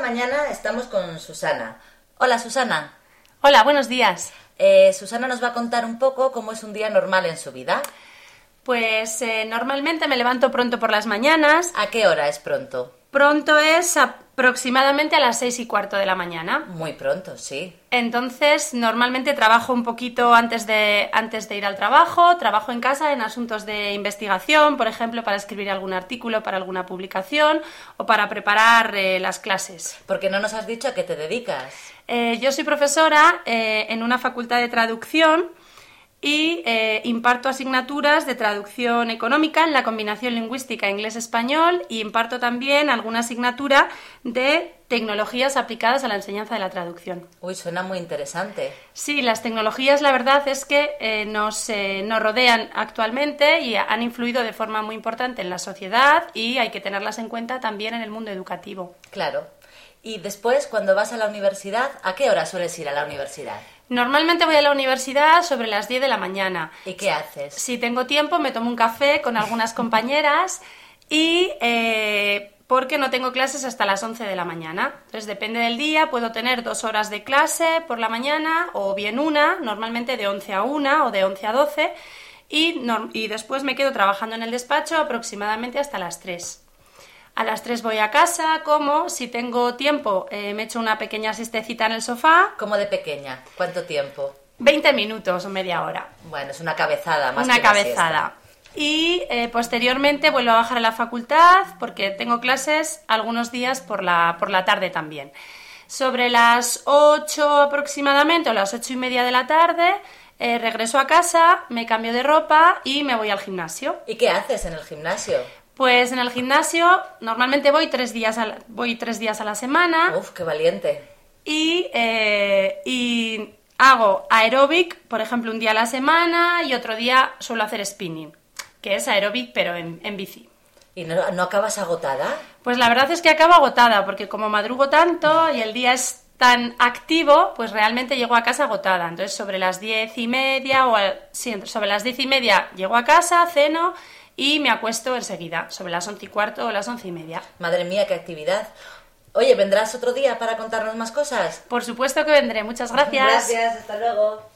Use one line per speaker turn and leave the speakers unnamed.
mañana estamos con Susana. Hola Susana.
Hola, buenos días.
Eh, Susana nos va a contar un poco cómo es un día normal en su vida.
Pues eh, normalmente me levanto pronto por las mañanas.
¿A qué hora es pronto?
Pronto es aproximadamente a las seis y cuarto de la mañana.
Muy pronto, sí.
Entonces, normalmente trabajo un poquito antes de, antes de ir al trabajo, trabajo en casa en asuntos de investigación, por ejemplo, para escribir algún artículo, para alguna publicación o para preparar eh, las clases.
Porque no nos has dicho a qué te dedicas.
Eh, yo soy profesora eh, en una facultad de traducción y eh, imparto asignaturas de traducción económica en la combinación lingüística inglés-español y imparto también alguna asignatura de tecnologías aplicadas a la enseñanza de la traducción.
Uy, suena muy interesante.
Sí, las tecnologías la verdad es que eh, nos, eh, nos rodean actualmente y han influido de forma muy importante en la sociedad y hay que tenerlas en cuenta también en el mundo educativo.
Claro. Y después, cuando vas a la universidad, ¿a qué hora sueles ir a la universidad?
Normalmente voy a la universidad sobre las 10 de la mañana.
¿Y qué haces?
Si tengo tiempo, me tomo un café con algunas compañeras y eh, porque no tengo clases hasta las 11 de la mañana. Entonces, depende del día, puedo tener dos horas de clase por la mañana o bien una, normalmente de 11 a 1 o de 11 a 12, y, no, y después me quedo trabajando en el despacho aproximadamente hasta las 3. A las 3 voy a casa, como, si tengo tiempo, eh, me echo una pequeña siestecita en el sofá.
¿Cómo de pequeña? ¿Cuánto tiempo?
20 minutos o media hora.
Bueno, es una cabezada más
Una
que una
cabezada. y eh, posteriormente vuelvo a bajar a la facultad porque tengo clases algunos días por la, por la tarde también. Sobre las 8 aproximadamente o las 8 y media de la tarde eh, regreso a casa, me cambio de ropa y me voy al gimnasio.
siesta. ¿Y qué haces en el gimnasio?
Pues en el gimnasio normalmente voy tres días a la, voy tres días a la semana
Uf, qué valiente.
y, eh, y hago aeróbic, por ejemplo, un día a la semana y otro día suelo hacer spinning, que es aeróbic pero en, en bici.
¿Y no, no acabas agotada?
Pues la verdad es que acabo agotada porque como madrugo tanto y el día es tan activo, pues realmente llego a casa agotada. Entonces sobre las diez y media o al- sí, sobre las diez y media llego a casa, ceno y me acuesto enseguida, sobre las once y cuarto o las once y media.
Madre mía, qué actividad. Oye, ¿vendrás otro día para contarnos más cosas?
Por supuesto que vendré. Muchas gracias.
Gracias, hasta luego.